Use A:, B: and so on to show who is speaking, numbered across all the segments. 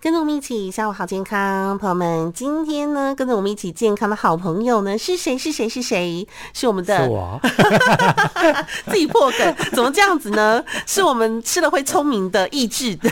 A: 跟着我们一起，下午好健康，朋友们。今天呢，跟着我们一起健康的好朋友呢是谁？是谁？是谁？是我们的
B: 是我，
A: 自己破 梗，怎么这样子呢？是我们吃了会聪明的益智 的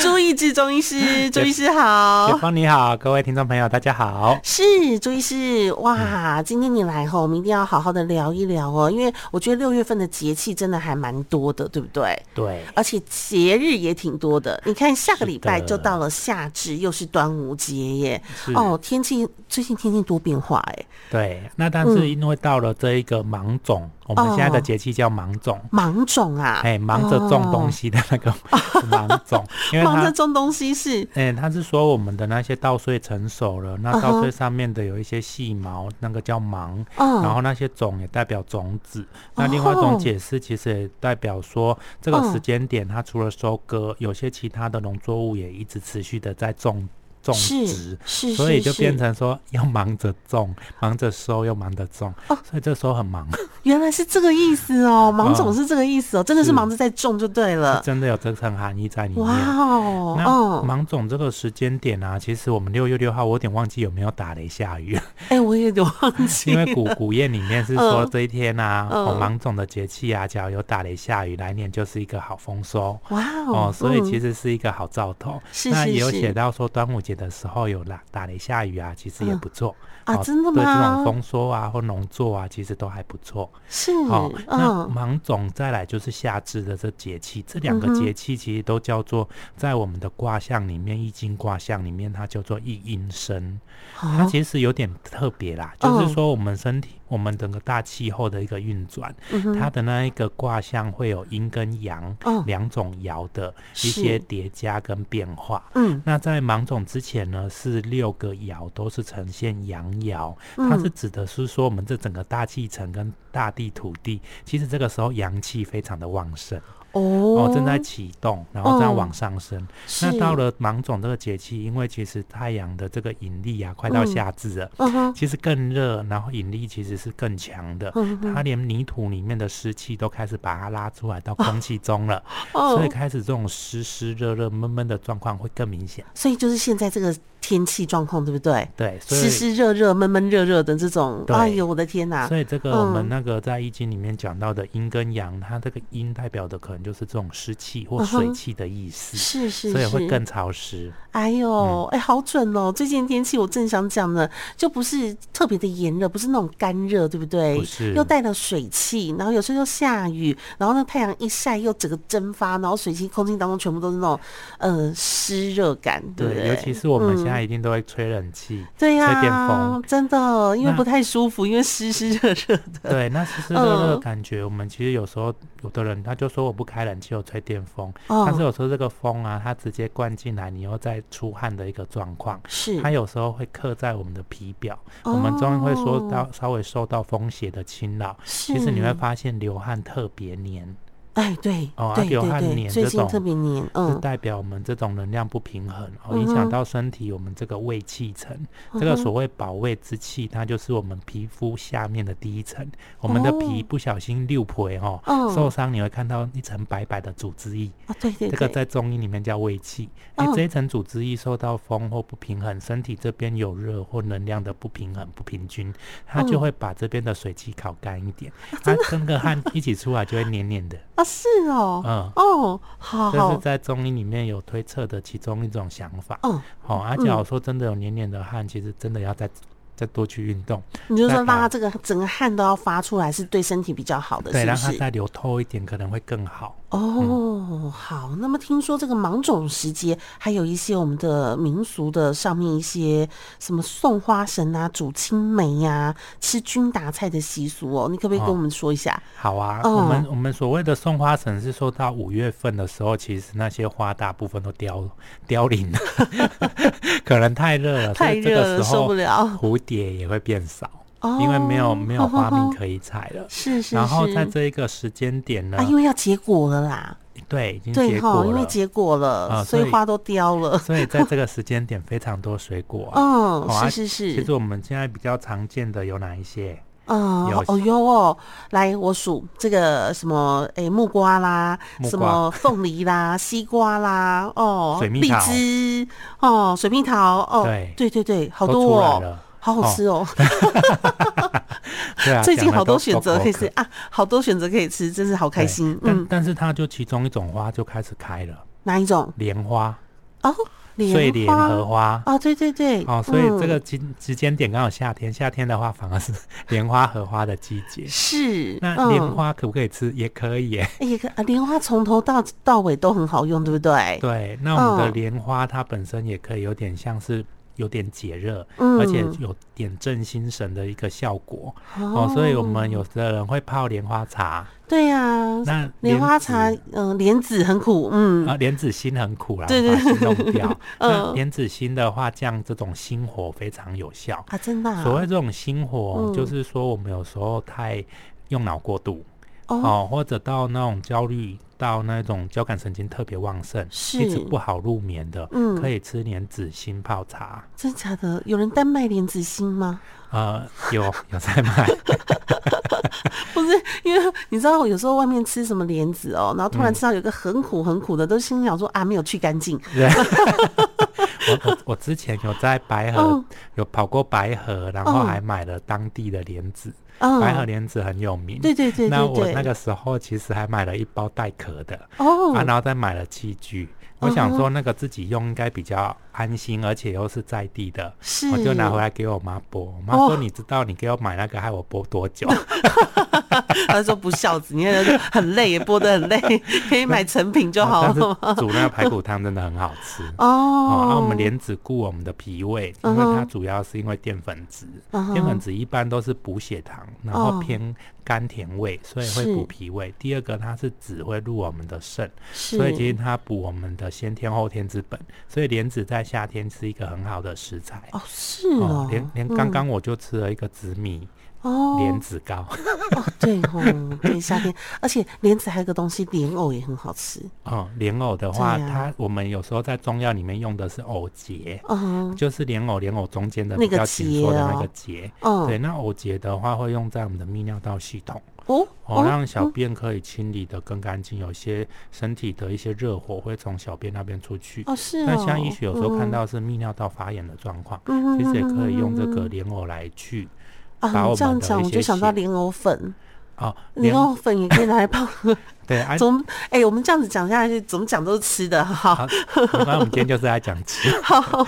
A: 朱益智中医师，朱医师
B: 雪
A: 好。
B: 峰你好，各位听众朋友大家好。
A: 是朱医师，
B: 嗯
A: 哇，今天你来吼，我们一定要好好的聊一聊哦，因为我觉得六月份的节气真的还蛮多的，对不对？
B: 对，
A: 而且节日也挺多的，你看下个礼拜
B: 是的
A: 就到了夏至，又是端午节耶。
B: 是
A: 哦，天气最近天气多变化哎，
B: 对，那但是因为到了这一个芒种，
A: 嗯
B: 我们现在的节气叫芒种，
A: 芒种啊，哦
B: 哎、忙着种东西的那个 芒种，因为
A: 忙哦着
B: 它。
A: 种东西是
B: 哎、它是说我们的那些稻穗成熟了，那稻穗上面的有一些细毛，那个叫芒，
A: 嗯哦
B: 然后那些种也代表种子。那另外一种解释其实也代表说，这
A: 嗯
B: 个时间点它除了收割，有些其他的农作物也一直持续的在种种
A: 是
B: 植。
A: 是，
B: 所以
A: 是
B: 就变
A: 是
B: 成说要忙着种，忙着收，又忙着种，
A: 哦
B: 所以这时候很忙，
A: 原来是这个意思哦，芒种
B: 嗯
A: 是这个意思哦，真的是
B: 是
A: 忙着在种就对了。
B: 真的有这层含义在里面。
A: 哇哦，
B: 那
A: 嗯，
B: 芒种这个时间点啊，其实我们六月六号，我有点忘记有没有打雷下雨，
A: 哎、我也有点忘记
B: 因
A: 了，
B: 为古古谚里面是说
A: 嗯
B: 这一天啊，
A: 嗯
B: 哦，芒种的节气啊，只要有打雷下雨，来年就是一个好丰收。
A: 哇哦，
B: 哦，所以其
A: 实、
B: 实是一个好兆头。
A: 是
B: 那
A: 是
B: 也有
A: 是
B: 写到说端午节的时候有打打雷下雨啊，其实也
A: 嗯
B: 不错。
A: 啊，
B: 哦
A: 真的
B: 对这种
A: 吗？
B: 丰收啊或农作啊，其实都还不错。
A: 是，
B: 好、哦那
A: 嗯，
B: 芒种再来就是夏至的这节气，这两
A: 嗯
B: 个
A: 哼
B: 节气其实都叫做在我们的卦象里面，易经卦象里面它叫做易阴生，它
A: 好，
B: 其实有点特别啦，
A: 哦
B: 就是说我们身体、我们整个大气候的一个运转，
A: 嗯哼
B: 它的那一个卦象会有阴跟阳
A: 哦
B: 两种爻的一
A: 是
B: 些叠加跟变化。
A: 嗯，
B: 那在芒种之前呢，是六个爻都是呈现阳爻，
A: 嗯
B: 它是指的是说我们这整个大气层跟大地土地，其实这个时候阳气非常的旺盛
A: 哦，
B: 哦，正在启动，然后这样
A: 嗯
B: 往上升。
A: 是
B: 那到，了芒种这个节气，因为其实太阳的这个引力啊，快到
A: 嗯
B: 夏至了，
A: 嗯哼，
B: 其实更热，然后引力其实是更强的，
A: 嗯哼
B: 它连泥土里面的湿气都开始把它拉出来到空气中了，
A: 啊哦
B: 所以，开始这种湿湿热热闷闷的状况会更明显。
A: 所以就是现在这个天气状况，对不对？
B: 对，所以
A: 湿湿热热、闷闷热热的这种，
B: 对
A: 哎呦，我的天哪、
B: 所以这个我
A: 嗯
B: 们那个在易经里面讲到的阴跟阳，它这个阴代表的可能就是这种湿气或
A: 嗯哼
B: 水气的意思，
A: 是是
B: 所以
A: 是，
B: 会更嗯潮湿。
A: 哎呦，哎、好准哦！最近的天气我正想讲呢，就不是特别的炎热，不是那种干热，对不对？
B: 不是
A: 又带了水汽，然后有时候又下雨，然后那太阳一晒又整个蒸发，然后水汽空气当中全部都是那种呃湿热感，对不对？嗯
B: 尤其是我们现在一定都会吹冷气，
A: 对呀、
B: 吹电风
A: 真的，因为
B: 那
A: 不太舒服，因为湿湿热热的。
B: 对，那湿湿热热的
A: 嗯
B: 感觉，我们其实有时候有的人他就说我不开冷气，我吹电风，但是
A: 哦，
B: 有时候这个风啊，它直接灌进来，你又在出汗的一个状况。
A: 是哦
B: 它有时候会刻在我们的皮表，我们中医会说到稍微受到风邪的侵扰，
A: 是，
B: 其实你会发现流汗特别黏，
A: 哎，对，
B: 哦啊
A: 对
B: 流
A: 对
B: 汗
A: 对，
B: 黏
A: 最
B: 这
A: 近
B: 种
A: 特别黏，
B: 是
A: 嗯，
B: 代表我们这种能量不平衡，哦，
A: 嗯
B: 影响
A: 哼
B: 到身体我们这个胃气层。这个
A: 嗯哼
B: 所谓保卫之气，它就是我们皮肤下面的第一层。我们的皮
A: 哦
B: 不小心溜破哦，
A: 嗯
B: 受伤你会看到一层白白的组织液，
A: 啊，对对对，
B: 这个在中医里面叫胃气。哎、
A: 嗯
B: 这一层组织液受到风或不平衡，身体这边有热或能量的不平衡不平均，它就
A: 嗯
B: 会把这边的水气烤干一点，它跟个汗一起出来就会黏黏的，
A: 啊，是 哦，
B: 嗯。
A: 哦，好
B: 这是
A: 好，
B: 在中医里面有推测的其中一种想法。
A: 嗯，
B: 好、而且我说真的有黏黏的汗，其实真的要再再多去运动，
A: 你就说
B: 再
A: 让
B: 把
A: 它这个整个汗都要发出来，是对身体比较好的，
B: 对，
A: 是
B: 让
A: 不
B: 它
A: 是？
B: 再流透一点，可能会更好。
A: 哦，好。那么听说这个芒种时节，还有一些我们的民俗的上面一些什么送花神啊、煮青梅呀、吃君达菜的习俗哦，你可不可以跟
B: 哦
A: 我们说一下？
B: 好啊，
A: 哦
B: 我们我们所谓的送花神是说到五月份的时候，其实那些花大部分都凋凋零了， 可能太热了，所
A: 太
B: 以这
A: 热
B: 个
A: 了，
B: 时
A: 受不
B: 候
A: 了。
B: 蝴蝶也会变少，
A: 哦，
B: 因为没有没有 花蜜
A: 以。
B: 可以采了。
A: 是是是。
B: 然后在这一个时间点呢
A: 啊，，因为要结果了啦，
B: 对，已经
A: 对
B: 结
A: 哈，
B: 果
A: 因为
B: 了，
A: 结果了，
B: 啊
A: 所以
B: 所以
A: 花都凋 了。
B: 所以在这个时间点非常多水果啊
A: 嗯，
B: 好啊
A: 是是
B: 其
A: 是
B: 实。我们现在比较常见的有哪一些？
A: 啊、
B: 有
A: 哦哟哦，来我数这个什么，诶，木瓜啦，
B: 木
A: 什
B: 瓜
A: 么凤梨 啦，西瓜啦，哦，
B: 水蜜
A: 荔
B: 桃
A: 枝，哦，水蜜桃，哦，对
B: 对
A: 对对好
B: 都
A: 多
B: 出来
A: 哦，
B: 了。
A: 好好吃 哦，
B: 对啊，
A: 最近
B: 讲得
A: 好
B: 都
A: 多选择可以。
B: 都
A: 吃
B: 口渴
A: 啊，好多选择可以吃，真是好开心。
B: 但
A: 嗯，
B: 但是它就其中一种花就开始开了，
A: 哪一种？
B: 莲花，
A: 哦，
B: 所以
A: 莲
B: 莲
A: 花
B: 荷花。
A: 哦，对对对，
B: 哦，所以这个
A: 嗯
B: 时时间点刚好夏天，夏天的话反而是 莲花荷花的季节。
A: 是
B: 那莲
A: 嗯
B: 花可不可以吃？也可以耶。
A: 哎也可啊，莲花从头到到尾都很好用，对不对？
B: 对，那我们的
A: 嗯
B: 莲花它本身也可以有点像是有点解热，
A: 嗯
B: 而且有点镇心神的一个效果。哦，所以我们有的人会泡莲花茶，
A: 嗯对呀，
B: 那
A: 哦莲花茶
B: 子，
A: 嗯，莲子很苦，嗯，
B: 啊，莲子心很苦啦，
A: 对
B: 我把心弄掉。那
A: 嗯
B: 莲子心的话，降这种心火非常有效。
A: 啊，真的啊，
B: 所谓这种心火
A: 嗯，
B: 就是说我们有时候太用脑过度
A: 哦，
B: 哦，或者到那种焦虑，到那种交感神经特别旺盛，
A: 是
B: 一直不好入眠的，
A: 嗯
B: 可以吃莲子心泡茶。
A: 真假的，有人单卖莲子心吗？
B: 呃，有有在卖，
A: 不是，因为你知道，有时候外面吃什么莲子哦，然后突然吃到有一个很苦很苦的，都心想说啊，没有去干净，
B: 对， 我我我之前有在白河、
A: 嗯
B: 有跑过白河，然后
A: 嗯
B: 还买了当地的莲子，
A: 嗯，
B: 白河莲子很有名。
A: 对对对
B: 那
A: 对
B: 我那
A: 对，
B: 个时候其实还买了一包带壳的，啊，
A: 哦，
B: 然后再买了器具。我
A: 嗯
B: 想说那个自己用应该比较安心，而且又是在地的，
A: 是，
B: 我就拿回来给我妈剥。我妈
A: 哦
B: 说：“你知道你给我买那个害我剥多久？”
A: 他说不孝子，你看他说很累，也剥得很 累，可以买成品 就好
B: 哦啊
A: 哦
B: 但是
A: 了。
B: 煮那个排骨汤真的很好吃。哦，那、
A: 哦，
B: 我们莲子顾我们的脾胃，因
A: 嗯
B: 为
A: 哼
B: 它主要是因为淀粉质，
A: 嗯哼
B: 淀粉质一般都是补血糖，然后
A: 哦
B: 偏甘甜味，所以
A: 是
B: 会补脾胃。第二个，它是只会入我们的肾，
A: 是，
B: 所以其实它补我们的先天后天之本。所以莲子在夏天是一个很好的食材。
A: 哦是
B: 哦
A: 哦，，
B: 连连刚刚我就吃了一个紫米
A: 哦
B: 莲子糕，
A: 哦对哦，对夏天，而且莲子还有个东西莲藕也很好吃，
B: 哦，莲藕的话，
A: 对啊
B: 它我们有时候在中药里面用的是藕结，
A: 嗯
B: 就是莲藕莲藕中间的
A: 那
B: 比
A: 个哦
B: 较紧缩的那个结。对，
A: 嗯
B: 那藕结的话会用在我们的泌尿道系统，
A: 哦
B: 哦，
A: 哦
B: 让小便可以清理的更干净，有些身体的一些热火会从小便那边出去。
A: 哦是哦，
B: 那像医学有时候看
A: 嗯。
B: 到是泌尿道发炎的状况，
A: 嗯
B: 其实也可以用这个莲藕来去把
A: 啊，
B: 我
A: 你这样
B: 们的
A: 讲
B: 一
A: 我就
B: 些
A: 想到
B: 血
A: 莲藕粉，
B: 哦，
A: 莲
B: 莲
A: 藕粉也可以拿来泡。
B: 对，啊，
A: 怎么？哎，我们这样子讲下去，怎么讲都是吃的，好
B: 好，没关系，我们今天就是在讲 吃
A: 好，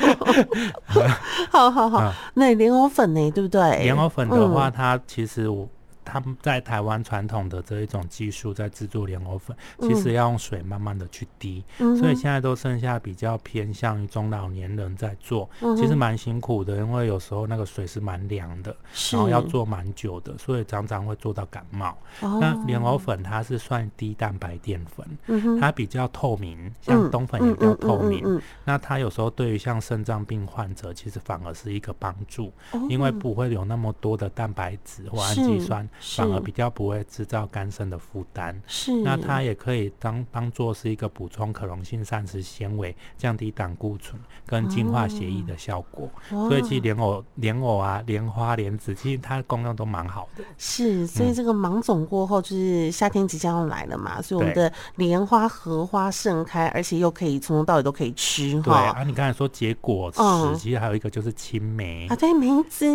A: 好好好
B: 啊。
A: 那莲藕粉呢，对不对？
B: 莲藕粉的话，
A: 嗯，
B: 它其实我他们在台湾传统的这一种技术在制作莲藕粉，其实要用水慢慢的去滴，
A: 嗯
B: 所以
A: 哼
B: 现在都剩下比较偏向于中老年人在做，
A: 嗯
B: 其实
A: 哼
B: 蛮辛苦的，因为有时候那个水是蛮凉的，
A: 是
B: 然后要做蛮久的，所以常常会做到感冒。
A: 哦
B: 那莲藕粉它是算低蛋白淀粉，
A: 嗯哼
B: 它比较透明，
A: 嗯
B: 像冬粉也比较透明。
A: 嗯嗯嗯嗯
B: 那它有时候对于像肾脏病患者，其实反而是一个帮助，
A: 嗯
B: 因
A: 哦
B: 为不会有那么多的蛋白质或氨基
A: 是
B: 酸，
A: 是
B: 反而比较不会制造肝肾的负担。
A: 是
B: 那它也可以当当做是一个补充可溶性膳食纤维，降低胆固醇跟净化血液的效果。所以其实
A: 哇
B: 莲藕、莲藕啊、莲花、莲子，其实它的功用都蛮好的。
A: 是，所以
B: 嗯
A: 这个芒种过后，就是夏天即将要来了嘛，所以我们
B: 对
A: 的莲花、荷花盛开，而且又可以从头到尾都可以吃
B: 对
A: 哈。
B: 啊，你刚才说结果
A: 嗯
B: 实，其实还有一个就是青梅。
A: 啊，对，梅子，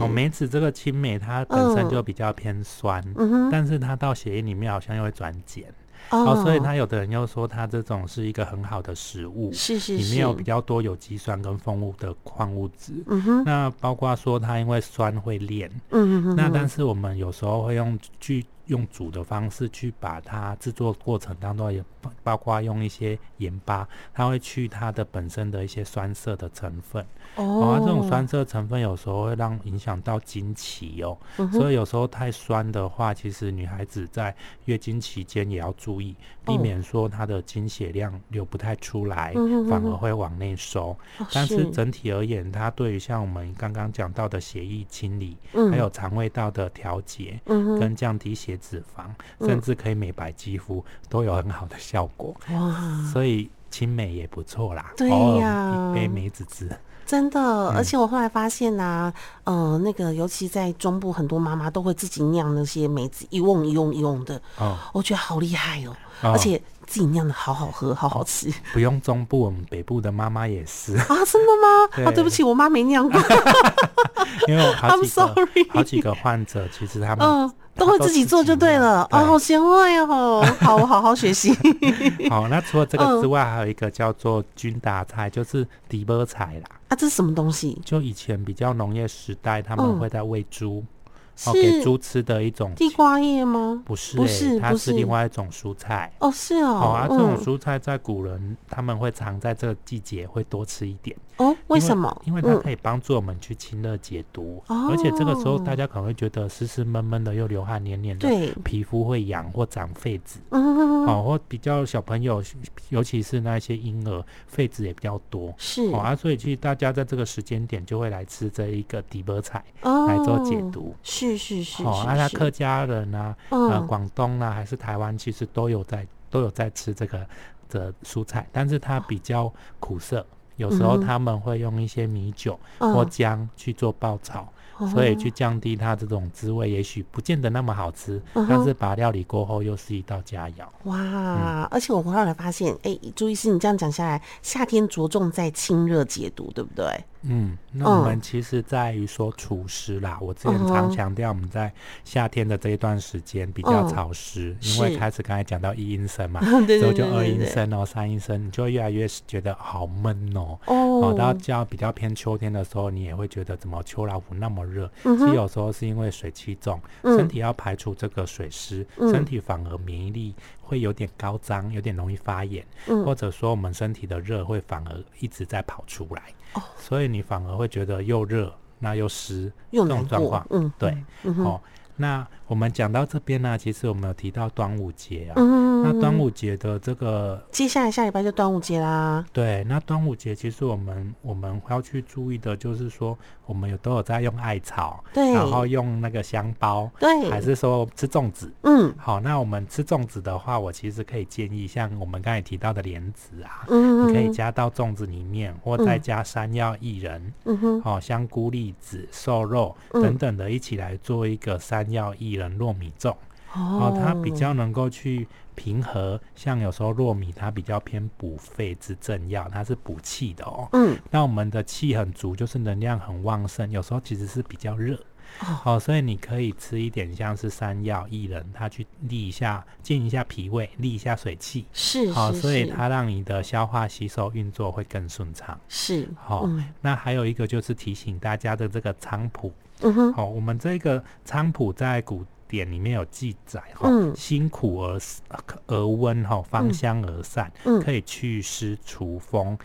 B: 哦，梅子这个青梅它本身
A: 嗯
B: 就比较偏酸，
A: 嗯哼，
B: 但是它到血液里面好像又会转碱，
A: 哦
B: 哦，所以它有的人又说它这种是一个很好的食物，
A: 是是
B: 里
A: 是，
B: 面有比较多有机酸跟丰富的矿物质。
A: 嗯哼，
B: 那包括说它因为酸会炼，
A: 嗯哼
B: 那
A: 哼
B: 但是我们有时候会用去用煮的方式去把它制作过程当中也包包括用一些盐巴，它会去它的本身的一些酸涩的成分。
A: 哼
B: 哦，
A: 哦
B: 啊这种酸涩成分有时候会让影响到经期哦，
A: 嗯哼
B: 所以有时候太酸的话，其实女孩子在月经期间也要注意，避
A: 哦
B: 免说她的经血量流不太出来，
A: 嗯哼
B: 反
A: 嗯
B: 而
A: 哼
B: 会往内收。
A: 哦
B: 但是整体而言，它对于像我们刚刚讲到的血液清理，还
A: 嗯
B: 有肠胃道的调节。
A: 嗯哼嗯
B: 跟降低血脂肪，甚至可以美白肌肤，都有很好的效果。
A: 哇
B: 所以青梅也不错啦，
A: 啊对
B: 偶尔
A: 呀
B: 一杯梅子汁，
A: 真的，
B: 嗯
A: 而且我后来发现呐、嗯、呃，那个尤其在中部，很多妈妈都会自己酿那些梅子，一瓮一瓮一瓮的，
B: 哦，
A: 我觉得好厉害哦，
B: 哦
A: 而且自己酿的好好喝，好好 吃、
B: 不用中部，我们北部的妈妈也是，
A: 啊！真的吗？
B: 对
A: 啊，对不起，我妈没酿 过，
B: 因为我好
A: I'm
B: 几个
A: sorry
B: 好几个患者，其实他们
A: 嗯、都会自己做就对了，
B: 她
A: 哦，
B: 都
A: 好贤惠哦，好，我好好学 习。嗯
B: 好，那除了这个之外，还有一个叫做军达菜，就是迪波菜啦。
A: 啊，这是什么东西？
B: 就以前比较农业时代，他们
A: 嗯
B: 会在喂猪，哦，给
A: 是
B: 猪吃的一种，
A: 地瓜叶吗？
B: 不是、欸，
A: 不是
B: 它
A: 不
B: 是
A: 是
B: 另外一种蔬菜。
A: 哦，是哦，
B: 好、啊，这种
A: 嗯
B: 蔬菜在古人他们会常在这个季节会多吃一点，
A: 哦，为
B: 因
A: 什么？
B: 因为它可以帮助我们去清热解毒，
A: 哦
B: 而且这个时候大家可能会觉得湿湿闷闷的，又流汗黏黏的，
A: 对，
B: 皮肤会痒或长痱子，
A: 嗯，
B: 哦，或比较小朋友，尤其是那些婴儿，痱子也比较多。
A: 是
B: 哦啊，所以其实大家在这个时间点就会来吃这一个底波菜
A: 哦
B: 来做解，毒。
A: 是是是，
B: 哦，
A: 是
B: 啊，他
A: 是
B: 客家人啊，呃，
A: 嗯
B: 广东啊，还是台湾，其实都有在都有在吃这个的蔬菜，但是它比较苦涩。有时候
A: 嗯
B: 他们会用一些米酒或
A: 嗯，哦
B: 姜去做爆炒，所以去降低它这种滋味，也许不见得那么好吃，
A: 嗯
B: 但
A: 哼
B: 是把料理过后又是一道佳肴。嗯
A: 哇！而且我后来发现，哎、朱医师，你这样讲下来，夏天着重在清热解毒，对 不对？
B: 嗯，那我
A: 嗯
B: 们其实在于说除湿啦，我之
A: 嗯
B: 前
A: 哼
B: 常强调我们在夏天的这一段时间比较
A: 嗯
B: 潮湿，因为
A: 是，
B: 开始刚才讲到一阴生嘛
A: 对对
B: 所以就
A: 对
B: 二
A: 对
B: 阴
A: 对
B: 生哦，三阴生，你就会越来越觉得好闷哦。哦，到
A: 哦，
B: 较比较偏秋天的时候，你也会觉得怎么秋老虎那么热？
A: 嗯
B: 其实
A: 哼，
B: 有时候是因为水气重，身
A: 嗯
B: 体要排除这个水湿，
A: 嗯
B: 身体反而免疫力会有点高涨，有点容易发炎。
A: 嗯
B: 或者说我们身体的热会反而一直在跑出来，
A: 哦
B: 所以你反而会觉得又热那又湿，
A: 又
B: 这种
A: 难
B: 状
A: 过
B: 况，
A: 嗯，
B: 对，
A: 嗯哼，
B: 哦。那我们讲到这边呢、其实我们有提到端午节啊，
A: 嗯，
B: 那端午节的这个
A: 接下来下礼拜就端午节啦，
B: 对，那端午节其实我们我们要去注意的就是说，我们有都有在用艾草，
A: 对，
B: 然后用那个香包，
A: 对，
B: 还是说吃粽子。
A: 嗯
B: 好，那我们吃粽子的话，我其实可以建议，像我们刚才提到的莲子啊，
A: 嗯，
B: 你可以加到粽子里面，或再
A: 嗯
B: 加山药、薏仁、
A: 嗯哼，
B: 哦香菇、栗子、瘦肉
A: 嗯
B: 等等的，一起来做一个山药、薏仁糯米粽。
A: 哦
B: 哦，它比较能够去平和，像有时候糯米它比较偏补肺之正药，它是补气的哦。
A: 嗯
B: 那我们的气很足，就是能量很旺盛，有时候其实是比较热。
A: 哦
B: 哦，所以你可以吃一点像是山药、薏仁，它去利一下、健一下脾胃，利一下水气。
A: 是
B: 好、
A: 是
B: 所以
A: 是
B: 它让你的消化吸收运作会更顺畅。
A: 是
B: 好、
A: 嗯
B: 那还有一个就是提醒大家的这个菖蒲。
A: 嗯哼
B: 好、我们这个菖蒲在古典里面有记载哈、
A: 嗯
B: 辛苦而而温哈、芳
A: 嗯
B: 香而散，
A: 嗯
B: 可以祛湿除风、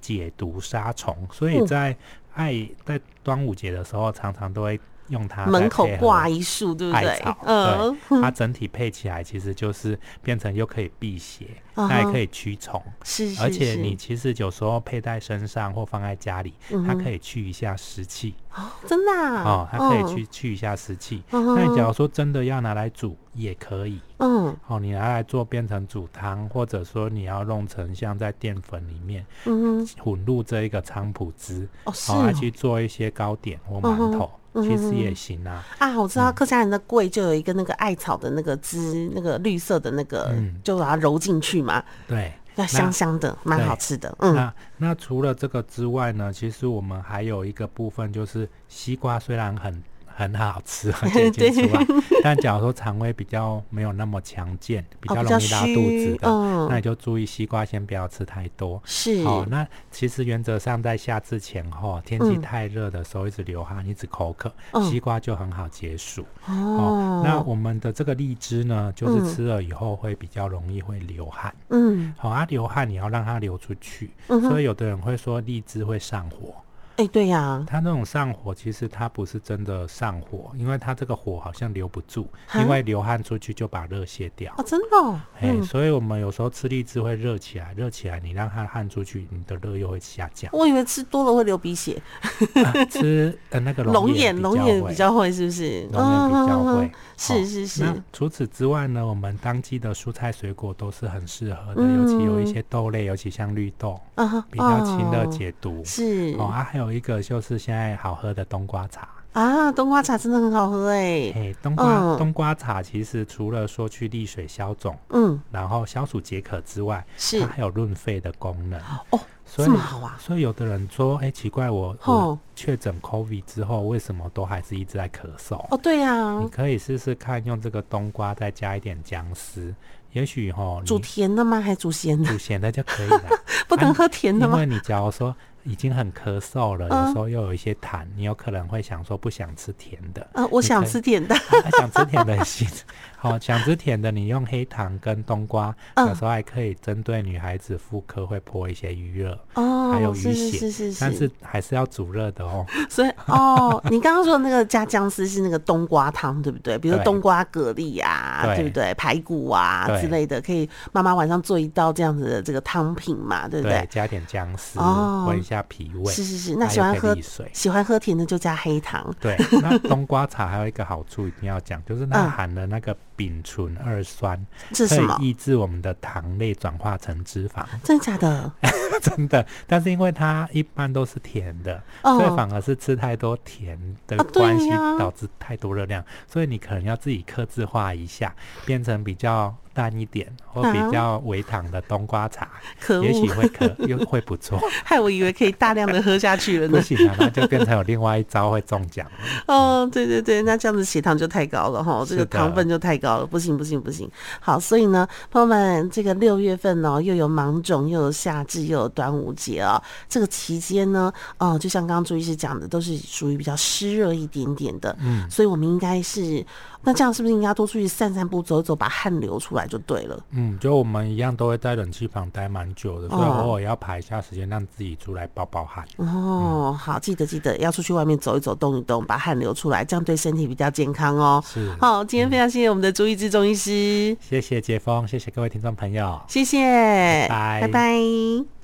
B: 解毒杀虫，所以
A: 嗯
B: 在爱在端午节的时候，常常都会用它来
A: 门口
B: 啊配合
A: 挂一束，对不
B: 艾
A: 对
B: 草？，
A: 嗯，
B: 对，它整体配起来其实就是变成又可以辟邪，
A: 啊
B: 那也
A: 哈
B: 可以驱虫，
A: 是，是
B: 而且
A: 是
B: 你其实有时候佩戴身上或放在家里，
A: 嗯
B: 它
A: 哼
B: 可以去一下湿气
A: 哦，真的啊
B: 哦，它可以
A: 嗯
B: 去去一下湿气。那
A: 那
B: 你假如说真的要拿来煮也可以
A: 嗯
B: 哦，你拿来做变成煮汤，或者说你要弄成像在淀粉里面
A: 嗯哼，
B: 混入这一个菖蒲汁，
A: 哦是
B: 好、哦，来
A: 哦
B: 去做一些糕点或
A: 嗯哼
B: 馒头，
A: 嗯
B: 其实
A: 哼
B: 也行啊。
A: 啊，我知道客家人的柜就有一个那个艾草的那个汁，那个绿色的那个
B: 嗯，
A: 就把它揉进去嘛，
B: 对，
A: 要香香的，蛮好吃的。嗯，
B: 那那除了这个之外呢，其实我们还有一个部分就是西瓜，虽然很很好吃，啊 很解决之外，但假如说肠胃比较没有那么强健，比
A: 哦
B: 较
A: 比较
B: 容易拉肚子
A: 虚，
B: 的，那
A: 嗯，
B: 你就注意西瓜先不要吃太多。
A: 是，
B: 哦，那其实原则上在夏至前后，天气
A: 嗯
B: 太热的时候，一直流汗，一直口渴，
A: 嗯
B: 西瓜就很好解暑。
A: 哦，
B: 那我们的这个荔枝呢，就
A: 嗯
B: 是吃了以后会比较容易会流汗。
A: 嗯
B: 好、啊，流汗你要让它流出去，
A: 嗯
B: 所
A: 哼，
B: 以有的人会说荔枝会上火，
A: 哎、对呀、
B: 它那种上火，其实它不是真的上火，因为它这个火好像留不住，
A: 哈
B: 因为流汗出去就把热卸掉。
A: 哦，真的哦、
B: 哎、
A: 嗯，
B: 所以我们有时候吃荔枝会热起来，热起来你让它汗出去，你的热又会下降。
A: 我以为吃多了会流鼻血，
B: 啊吃呃那个
A: 龙
B: 眼
A: 眼
B: 比
A: 龙
B: 较
A: 眼
B: 会
A: 比较会，是不是？
B: 容忍比较
A: 嗯
B: 会。
A: 嗯嗯是是是
B: 那除此之外呢，我们当季的蔬菜水果都是很适合的，
A: 嗯
B: 尤其有一些豆类，尤其像绿豆，
A: 嗯啊，
B: 比较清热
A: 哦
B: 解毒。
A: 是
B: 哦，啊，还有一个就是现在好喝的冬瓜茶。
A: 啊，冬瓜茶真的很好喝哎，
B: 哎，冬瓜
A: 嗯
B: 冬瓜茶其实除了说去利水消肿，
A: 嗯，
B: 然后消暑解渴之外，
A: 是
B: 它还有润肺的功能。
A: 哦，
B: 所以
A: 这么好啊，
B: 所以有的人说，哎，奇怪，我我
A: 哦
B: 确诊 COVID 之后，为什么都还是一直在咳嗽？
A: 哦，对呀、
B: 你可以试试看，用这个冬瓜再加一点姜丝，也许哈，
A: 煮
B: 你
A: 甜的吗？还煮咸的？
B: 煮咸的就可 以了。
A: 不能喝甜的
B: 啊因
A: 吗？
B: 为你假如说已经很咳嗽了，
A: 嗯
B: 有时候又有一些痰，你有可能会想说不想吃甜的，
A: 啊，我
B: 你
A: 想
B: 可以
A: 吃甜 的。
B: 啊想吃甜的也行。 好，想吃甜的，你用黑糖跟冬瓜，
A: 嗯
B: 有时候还可以针对女孩子妇科会泼一些余热，
A: 哦，
B: 还有
A: 是
B: 淤
A: 是
B: 血
A: 是是是，
B: 但是还是要煮热的哦。
A: 所以哦，你刚刚说的那个加姜丝是那个冬瓜汤，对不对？比如说
B: 对
A: 冬瓜蛤蜊啊，
B: 对
A: 对不对？排骨啊
B: 对
A: 之类的，可以妈妈晚上做一道这样子的这个汤品嘛，对不
B: 对
A: 对，？
B: 加点姜丝，
A: 哦
B: 温一下脾胃。
A: 是是是，那
B: 还
A: 喜
B: 有
A: 欢
B: 可以
A: 喝
B: 利水
A: 喜欢喝甜的就加黑糖
B: 对，那冬瓜茶还有一个好处一定要讲，就是它
A: 嗯
B: 含了那个丙醇二酸，
A: 这是
B: 可
A: 什么
B: 以？抑制我们的糖类转化成脂肪，
A: 真的假的？
B: 真的。但是因为它一般都是甜的，所以
A: 哦，
B: 反而是吃太多甜的
A: 啊对
B: 关系
A: 呀
B: 导致太多热量，所以你可能要自己克制化一下，变成比较淡一点或
A: 啊
B: 比较微糖的冬瓜茶，
A: 可
B: 也许
A: 恶，
B: 会可又会 不错。
A: 害我以为可以大量的喝下去了
B: 不
A: 呢。
B: 行啊，那就变成有另外一招会中奖了。
A: 哦，对对对，那这样子血糖就太高了哈，这
B: 是
A: 个
B: 的
A: 糖分就太高了，不行不行不行。好，所以呢，朋友们，这个六月份哦，又有芒种，又有夏至，又有端午节哦。这个期间呢，哦、就像刚刚朱医师讲的，都是属于比较湿热一点点的，
B: 嗯，
A: 所以我们应该是，那这样是不是应该多出去散散步、走一走，把汗流出来就对了？
B: 嗯，就我们一样都会在冷气房待蛮久的，所以
A: 哦
B: 偶尔要排一下时间，让自己出来爆爆汗。嗯
A: 哦，好，记得记得要出去外面走一走、动一动，把汗流出来，这样对身体比较健康哦。
B: 是，
A: 好，今天非常谢谢我们的朱医志中医师。
B: 谢谢杰峰，谢谢各位听众朋友。
A: 谢谢，
B: 拜
A: 拜拜